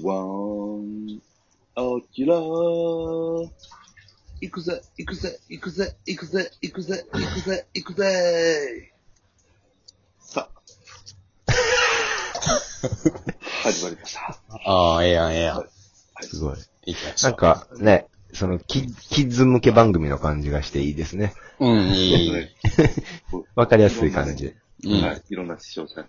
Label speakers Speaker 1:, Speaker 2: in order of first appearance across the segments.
Speaker 1: 4MC1 アキラ行くぜ、行くぜ、行くぜ、行くぜ、行くぜ、行くぜ、行くぜさあ。 始まりました。
Speaker 2: ああ、ええやん、ええやん。
Speaker 3: すごい。
Speaker 2: いいじゃん。
Speaker 3: なんかね、そのキッキッズ向け番組の感じがしていいですね。
Speaker 2: うん、いい。
Speaker 1: はい
Speaker 3: わかりやすい感じ。
Speaker 2: うん。
Speaker 1: はい。いろんな視聴者。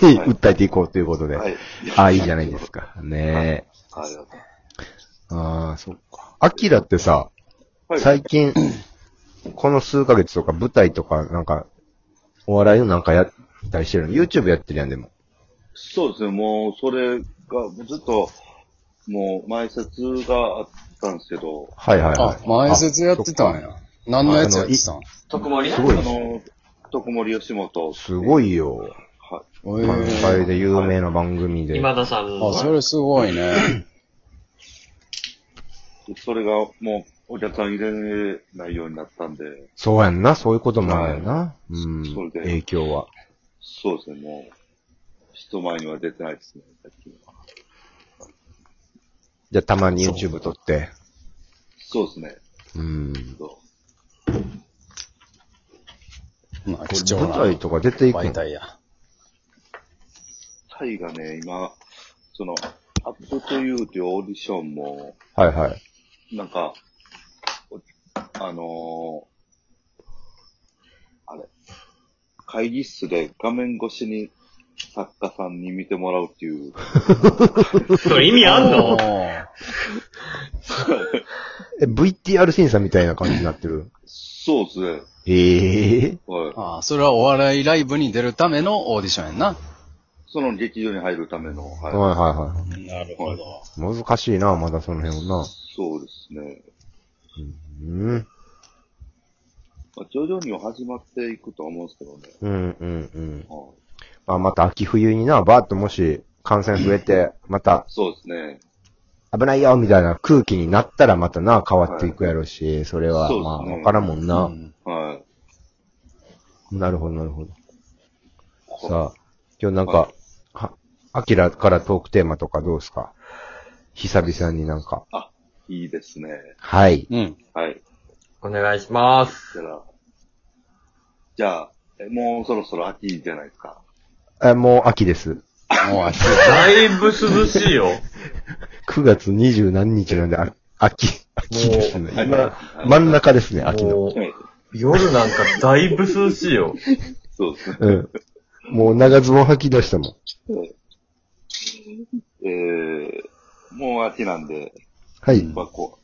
Speaker 3: で訴えていこうということで。
Speaker 1: はい。
Speaker 3: ああ、いいじゃないですか。ねえ。
Speaker 1: ありがとう。
Speaker 3: ああ、そっか。アキラってさ、
Speaker 1: はい。
Speaker 3: 最近、この数ヶ月とか舞台とか、なんか、お笑いをなんかやったりしてるの ?YouTube やってるやん、でも。
Speaker 1: そうですね、もう、それが、もうずっと、もう、前説があったんですけど、
Speaker 3: はいはいは
Speaker 2: あ、前説やってたんや。何のやつやってたん
Speaker 1: 特盛
Speaker 3: すごい
Speaker 1: あ
Speaker 3: です
Speaker 1: の、特盛吉本。
Speaker 3: い。すご
Speaker 1: い。
Speaker 3: いよ。
Speaker 1: は
Speaker 2: え
Speaker 3: 関西
Speaker 2: え。
Speaker 3: で有名な番組で。
Speaker 4: 今田さん
Speaker 2: あ、それすごい ね。
Speaker 1: い。それが、もう、お客さん入れないようになったんで、
Speaker 3: そうやんな、そういうこともあるやんな。うん
Speaker 1: それ。で
Speaker 3: 影響は。
Speaker 1: そうですね、もう、人前には出てないですね、最近は。
Speaker 3: じゃあ、たまに YouTube 撮って。
Speaker 1: そうですね、
Speaker 3: うん。
Speaker 1: そう
Speaker 2: まあ、
Speaker 3: こ
Speaker 2: 貴
Speaker 3: れ
Speaker 2: 重
Speaker 3: 舞台
Speaker 2: な
Speaker 3: とか出ていく
Speaker 2: 媒
Speaker 3: の
Speaker 2: 体や。
Speaker 1: タイがね、今、その、アップというというオーディションも、
Speaker 3: はいはい。
Speaker 1: なんか、おあのーあれ、会議室で画面越しに作家さんに見てもらうっていう、
Speaker 4: それ意味あんの
Speaker 2: おー
Speaker 3: え、VTR 審査みたいな感じになって る。
Speaker 1: そうですね。
Speaker 3: ええ
Speaker 1: はい。
Speaker 2: あそれはお笑いライブに出るためのオーディションやんな。
Speaker 1: その劇場に入るための、はい。
Speaker 3: はいは
Speaker 2: なる
Speaker 1: ほ
Speaker 2: ど。
Speaker 3: いはい。難しいな、まだその辺はな。
Speaker 1: そうですね。
Speaker 3: うん。
Speaker 1: まあ、徐々には始まっていくとは思うんですけどね。
Speaker 3: うんうんうん。
Speaker 1: はい、
Speaker 3: まあまた秋冬にな、バーっともし感染増えて、また
Speaker 1: そうですね。
Speaker 3: 危ないよみたいな空気になったらまたな、変わっていくやろし、それは
Speaker 1: そうです
Speaker 3: まあ
Speaker 1: ね
Speaker 3: わからんもんな。
Speaker 1: はい。
Speaker 3: なるほどなるほど。さあ、今日なんか、は、アキラからトークテーマとかどうですか久々になんか。
Speaker 1: いいですね。
Speaker 3: はい。
Speaker 2: うん。
Speaker 1: はい。
Speaker 4: お願いします。
Speaker 1: じゃあ、じゃあ、えもうそろそろ秋じゃないですか。
Speaker 3: え、もう秋です。
Speaker 2: もう秋。
Speaker 4: だいぶ涼しいよ。も
Speaker 3: 9月20何日なんで、あ秋、秋ですね。
Speaker 1: はい
Speaker 3: 今、真ん中ですね、秋の。
Speaker 4: う
Speaker 1: はい。
Speaker 4: 夜なんかだいぶ涼しいよ。
Speaker 1: そうですね。
Speaker 3: うん。もう長ズボン履き出したもん。
Speaker 1: えー、もう秋なんで、
Speaker 3: はい。
Speaker 1: まあこう、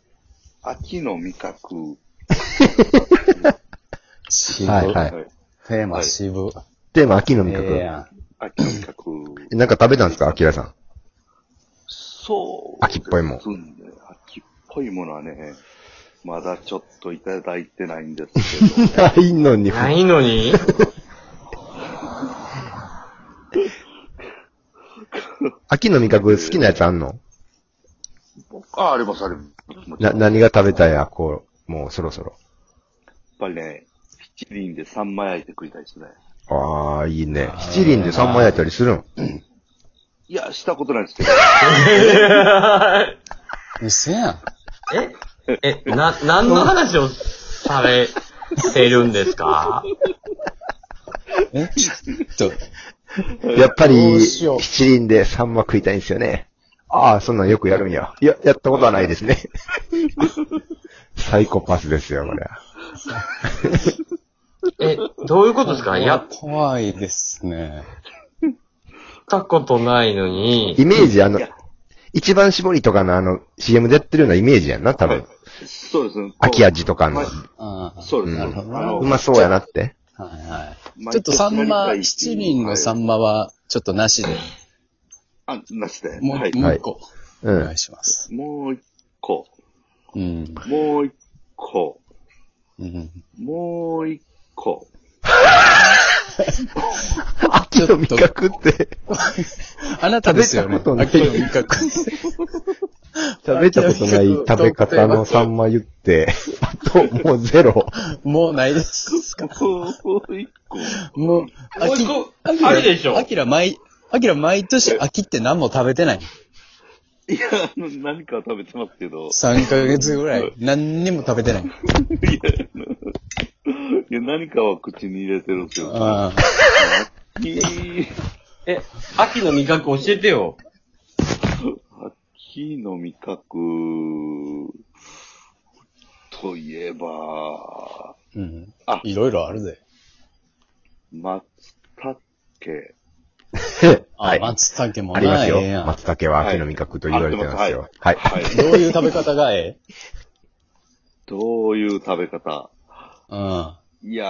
Speaker 1: 秋の味覚、
Speaker 2: 渋。
Speaker 3: はいはい。
Speaker 1: はい
Speaker 2: テーマ渋。
Speaker 3: テーマ、秋の味
Speaker 2: え
Speaker 3: 覚。
Speaker 2: えやん。
Speaker 1: 秋の味覚、
Speaker 3: えなんか食べたんですか、アキラさん。
Speaker 1: そう、
Speaker 3: 秋っぽい
Speaker 1: ん。
Speaker 3: もん
Speaker 1: 秋っぽいものはね、まだちょっといただいてないんですけど、
Speaker 3: ないのに。
Speaker 4: ない のに
Speaker 3: 秋の味覚好きなやつあんの
Speaker 1: 僕はあれもされます。もちろんや
Speaker 3: な、
Speaker 1: っ
Speaker 3: 何が食べたいや、こう、もうそろそろ。
Speaker 1: ぱりね、七輪で三枚焼いて食いたいですね。
Speaker 3: ああ、いいね。七輪で三枚焼いたりするん
Speaker 1: いや、したことないですけど、
Speaker 2: 嘘やん。
Speaker 4: ええ、な、何の話をされてるんですか
Speaker 2: え、ちょっと。
Speaker 3: やっぱ
Speaker 2: どう
Speaker 3: り、
Speaker 2: しよう
Speaker 3: 七輪で三枚食いたいんですよね。ああ、そんなんよくやるんや。いや、やったことはな いですね。サイコパスですよ、これ。
Speaker 4: え、どういうことですかやっ
Speaker 2: 怖いですね。
Speaker 4: たことないのに、
Speaker 3: イメージ、あの
Speaker 1: いや、
Speaker 3: 一番絞りとかのあの、CM でやってるようなイメージやんな、多分。
Speaker 1: そうですね。
Speaker 3: 秋味とかの
Speaker 1: ま。
Speaker 2: ああ
Speaker 1: そうですね。
Speaker 3: うん
Speaker 1: あ
Speaker 3: うまそうやなって。
Speaker 2: はいはい。
Speaker 1: まあ
Speaker 2: ちょっとサン
Speaker 1: 毎
Speaker 2: マ、
Speaker 1: 回
Speaker 2: 七輪のサ
Speaker 1: はい
Speaker 2: ンマは、ちょっとなしで、
Speaker 1: あ、なしで。
Speaker 2: もう、
Speaker 1: はい
Speaker 2: もう一個、
Speaker 3: う
Speaker 2: お願
Speaker 3: ん
Speaker 2: い。します。
Speaker 1: もう一個。
Speaker 2: うん。
Speaker 1: もう一個。
Speaker 2: うん、
Speaker 1: もう一個。
Speaker 3: 秋の味覚って、
Speaker 2: あなたですよね。
Speaker 3: 食べたこと
Speaker 2: 秋の味覚。
Speaker 3: 食べたことない食べ方のサンマ言って、あともうゼロ。
Speaker 2: もうないです。
Speaker 1: もう一個。
Speaker 2: もう、
Speaker 4: もう一個あれでしょ
Speaker 2: アキラ毎、アキラ毎年秋って何も食べてない。
Speaker 1: いや、あの何かは食べてますけど。
Speaker 2: 3ヶ月ぐらい。何にも食べてない。
Speaker 1: いや、何かは口に入れてるんですよ。
Speaker 2: あ
Speaker 1: 秋、
Speaker 4: え、秋の味覚教えてよ。
Speaker 1: 秋の味覚、といえば、
Speaker 2: ーうん
Speaker 1: あ。
Speaker 2: いろいろあるぜ。
Speaker 1: 松茸。
Speaker 3: は
Speaker 2: あ、
Speaker 3: い
Speaker 2: 松茸も
Speaker 3: ありま
Speaker 2: な
Speaker 3: す
Speaker 2: い。
Speaker 3: よ
Speaker 2: ええや。ん
Speaker 3: 松茸は秋の味覚と言われてますよ。はい。
Speaker 1: はい。
Speaker 2: どういう食べ方がえ
Speaker 1: どういう食べ方
Speaker 2: えうん。
Speaker 1: いや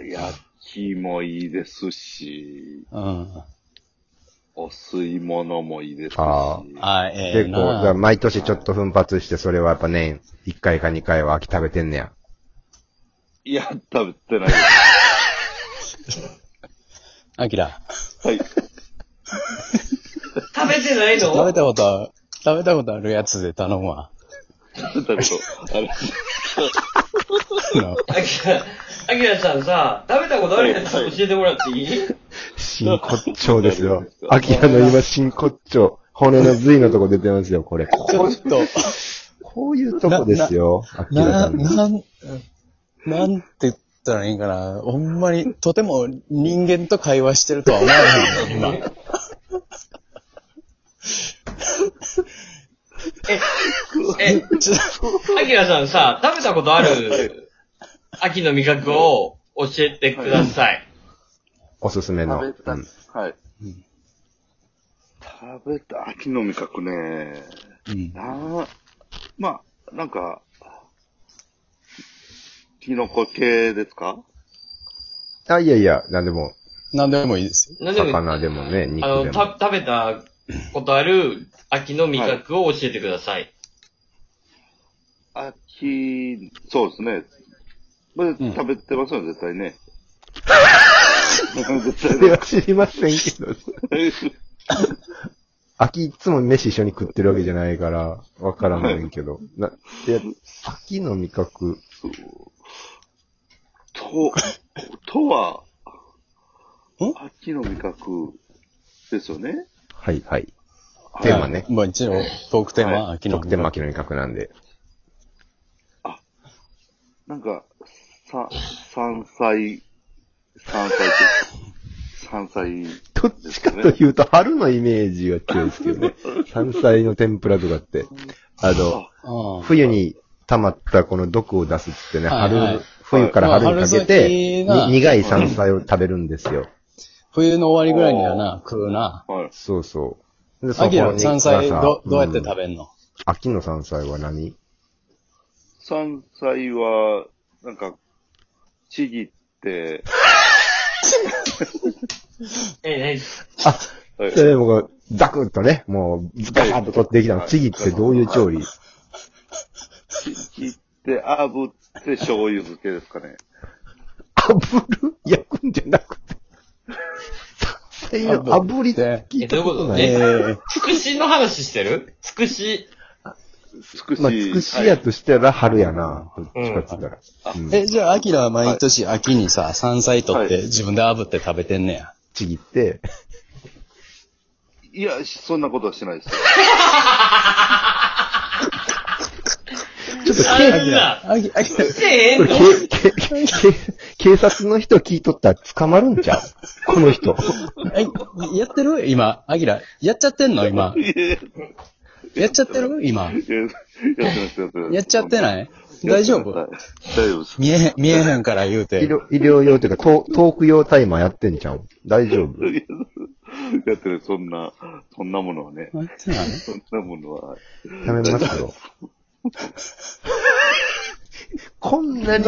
Speaker 1: ー、焼きもいいですし、
Speaker 2: うん。
Speaker 1: お吸い物もいいですし。
Speaker 3: あ
Speaker 2: あ、ええ
Speaker 3: 結構、だか
Speaker 2: な。
Speaker 3: ら毎年ちょっと奮発して、それはやっぱ年、1回か2回は秋食べてんねや。
Speaker 1: いや、食べてないで
Speaker 2: アキラ、
Speaker 1: す。はい。
Speaker 4: 食べてない
Speaker 2: 食べたことあ、食べたことあるやつで頼むわ。
Speaker 1: だけど、あれ、
Speaker 2: あの
Speaker 4: あきら、あきらさんさ、食べたことあるやつ教えてもらっていい
Speaker 3: 真骨頂です
Speaker 1: そう
Speaker 3: よ
Speaker 1: です。か
Speaker 3: 秋田の今、真骨頂。骨の髄のとこ出てますよ、これ。
Speaker 2: ちょっと、
Speaker 3: こういうとこですよ、秋田
Speaker 2: な、
Speaker 3: さんの。
Speaker 2: なん、なんて言ったらいいんかな。ほんまに、とても人間と会話してるとは思わないんだ、今。
Speaker 4: え、
Speaker 2: ちょっ
Speaker 4: あきらさんさ、食べたことある秋の味覚を教えてください。
Speaker 3: おすすめの。
Speaker 1: 食べた、
Speaker 3: うん
Speaker 1: はい。食べた、秋の味覚ね。
Speaker 2: と、 うん。
Speaker 1: なあ、まあ、なんか、キノコ系ですか
Speaker 3: あ、いやいや、なんでも、
Speaker 2: 何でもいいですよ。
Speaker 4: 何でもいい
Speaker 3: 魚でもね、肉
Speaker 4: あの、
Speaker 3: でも。
Speaker 4: た食べたことある秋の味覚を教えてください。
Speaker 1: 秋、そうですね。まあ
Speaker 2: ん
Speaker 1: 食べてますよね、絶対 ね。
Speaker 3: そ
Speaker 1: 絶
Speaker 3: れは知りませんけど。
Speaker 1: 対
Speaker 3: 秋いつも飯一緒に食ってるわけじゃないから、わからないけど。な、いや、秋の味覚。
Speaker 1: そうと、とは、
Speaker 2: ん
Speaker 1: 秋の味覚ですよね。
Speaker 3: はい、はい。テーマね
Speaker 2: はい。まあ一応、トークテーマ、秋の。
Speaker 3: 特典も秋の味覚なんで。
Speaker 1: なんか、さ、山菜、山菜と、山菜、
Speaker 3: どっちかというと、春のイメージが強いですけ どね。山菜の天ぷらとかって。あの、
Speaker 2: うん。
Speaker 3: 冬に溜まったこの毒を出すっつってね、
Speaker 2: はいはい
Speaker 3: 春、冬から春にかけて、に
Speaker 2: まあ春先が
Speaker 3: 苦い山菜を食べるんですよ。
Speaker 2: 冬の終わりぐらいにはな、食うな。
Speaker 1: はい。
Speaker 3: そうそう。で、
Speaker 2: アキラ、
Speaker 3: に
Speaker 2: 山菜ど、どうやって
Speaker 3: ん
Speaker 2: 食べんの
Speaker 3: 秋の山菜は何
Speaker 1: 山菜は、なんか、ちぎって、
Speaker 4: え、
Speaker 1: はい
Speaker 3: それも、ザクッとね、もう、ガーッと取ってきたの。ちぎってどういう調理
Speaker 1: 切って、炙って、醤油漬けですかね。
Speaker 3: 炙る焼くんじゃなくて。山菜の炙りって聞いたことない。
Speaker 4: え
Speaker 2: ええ
Speaker 4: つくしの話してるつくし。
Speaker 1: つくし。
Speaker 3: まあ、つくし
Speaker 1: は
Speaker 3: や
Speaker 1: い
Speaker 3: としたら春やな。どっちかっつったら。うん
Speaker 2: え、じゃあ、アキラは毎年秋にさ、山菜取って
Speaker 1: はい
Speaker 2: 自分で炙って食べてんねや。
Speaker 3: ちぎって、
Speaker 1: いや、そんなことはしないです。
Speaker 3: ちょっと
Speaker 4: あ
Speaker 3: け、
Speaker 4: んな、
Speaker 2: アキアキラ、
Speaker 4: してへん
Speaker 3: こ
Speaker 4: の
Speaker 3: れ、け、け、け、警察の人聞いとったら捕まるんちゃうこの人。
Speaker 2: えやってる今、アキラ、やっちゃってんの今。
Speaker 1: い やいや
Speaker 2: やっちゃってる
Speaker 1: や
Speaker 2: 今。
Speaker 1: ってます、やってます。
Speaker 2: やっちゃって
Speaker 1: い
Speaker 2: ない大丈夫
Speaker 1: 大丈夫です。
Speaker 2: 見え、見えへんから言う
Speaker 3: 医
Speaker 2: て。
Speaker 3: 療医療用というか、トートーク用タイマーやってんちゃう大丈夫。
Speaker 1: やってる、そんな、そんなものはね。
Speaker 2: やってない
Speaker 1: そんなものは。
Speaker 3: やめますよ。こんなに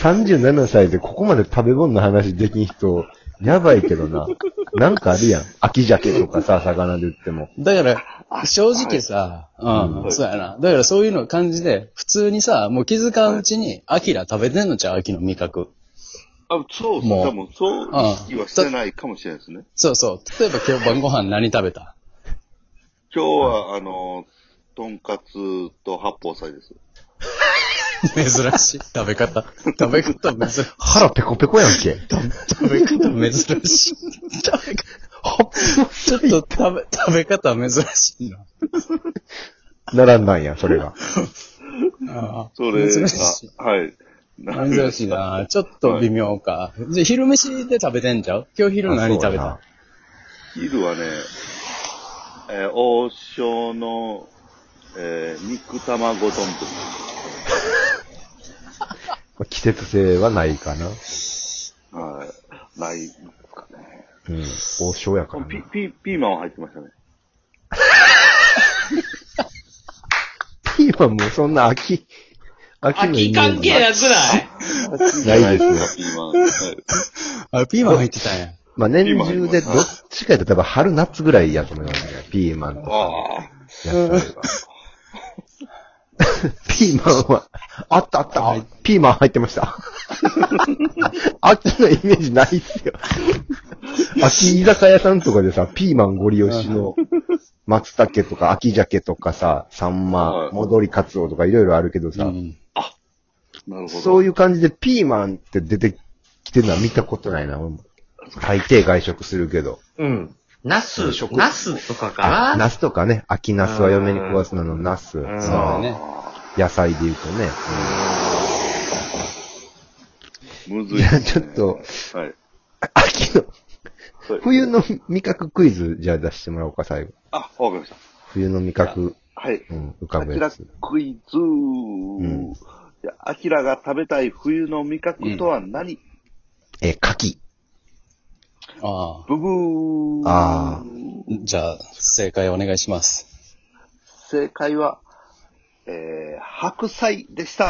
Speaker 3: 37歳でここまで食べ物の話できん人、やばいけどな。なんかあるやん。秋鮭とかさ、魚で言っても。
Speaker 2: だから、正直さ、う
Speaker 1: は
Speaker 2: ん、
Speaker 1: い
Speaker 2: そうやな。だからそういうの感じで、普通にさ、もう気づかんうちに、アキラ食べてんのちゃう秋の味覚。
Speaker 1: あ、そう、
Speaker 2: もう
Speaker 1: 多分、そう、意識はしてないかもしれないですね。
Speaker 2: そうそう。例えば今日晩ご飯何食べた
Speaker 1: 今日は、あの、とんかつと八宝菜です。
Speaker 2: 珍しい。食べ方。食べ方珍しい。
Speaker 3: 腹ペコペコやんけ。
Speaker 2: 食べ方珍しい。食べちょっと食べ、食べ方珍しいな。
Speaker 3: 並んだんや、それが。
Speaker 2: ああ
Speaker 1: それ
Speaker 2: 珍しい。
Speaker 1: が、はい。
Speaker 2: 珍しいな。ちょっと微妙か。じゃあ昼飯で食べてんちゃう今日昼何食べた
Speaker 3: あ
Speaker 1: 昼はね、えー王将の、えー肉卵丼とか、
Speaker 3: そうやな季節性はないかな。
Speaker 1: はい。ないですかね。
Speaker 3: うん。王将やから
Speaker 1: ピ
Speaker 3: な。、
Speaker 1: ピ、ピーマンは入ってましたね。
Speaker 3: ピーマンもそんな秋、秋の
Speaker 4: 秋
Speaker 3: イメー
Speaker 4: 関
Speaker 3: ジ
Speaker 4: 係なくない
Speaker 3: ないです
Speaker 1: ピ
Speaker 3: よ。
Speaker 1: ーマン。はい
Speaker 2: あ、ピーマン入ってたんや。
Speaker 3: まあ年中でどっちかやったら多分春夏ぐらいやと思いますね。ピーマンとか
Speaker 1: ああ。
Speaker 3: 野菜は。ピーマンは、あったあった、ピーマン入ってま した。秋のイメージないっすよ。秋居酒屋さんとかでさ、ピーマンご利用しの松茸とか 秋鮭とかさ、サン
Speaker 1: は
Speaker 3: マ、
Speaker 1: い
Speaker 3: 戻りカツオとかいろいろあるけど
Speaker 2: う
Speaker 3: さ、
Speaker 2: ん。
Speaker 1: なるほど。
Speaker 3: そういう感じでピーマンって出てきてるのは見たことないな、俺も。大抵外食するけど。
Speaker 4: うん。ナス、
Speaker 3: 食
Speaker 4: ナスとかかな
Speaker 3: ナスとかね、秋ナスは嫁に食わすののナス、
Speaker 2: そ
Speaker 4: ん
Speaker 2: う
Speaker 3: ま
Speaker 2: だ
Speaker 3: あ
Speaker 2: ね。
Speaker 3: 野菜で言うとね。
Speaker 1: むずい、
Speaker 3: いや ちょっと。
Speaker 1: はい。
Speaker 3: 秋の、
Speaker 1: はい
Speaker 3: 冬の味覚クイズ、じゃあ出してもらおうか、最後。
Speaker 1: あ、わかりました。
Speaker 3: 冬の味覚、
Speaker 1: はい。
Speaker 3: うん、浮か
Speaker 1: ア
Speaker 3: ぶ
Speaker 1: キ
Speaker 3: や
Speaker 1: ラ
Speaker 3: つ。
Speaker 1: クイズ。
Speaker 3: ん
Speaker 1: じゃあ、アキラが食べたい冬の味覚とは何、
Speaker 3: えー、牡蠣。
Speaker 2: ああ。
Speaker 1: ブブー。
Speaker 3: あ
Speaker 2: じゃあ、正解お願いします。
Speaker 1: 正解は、えー、白菜でした。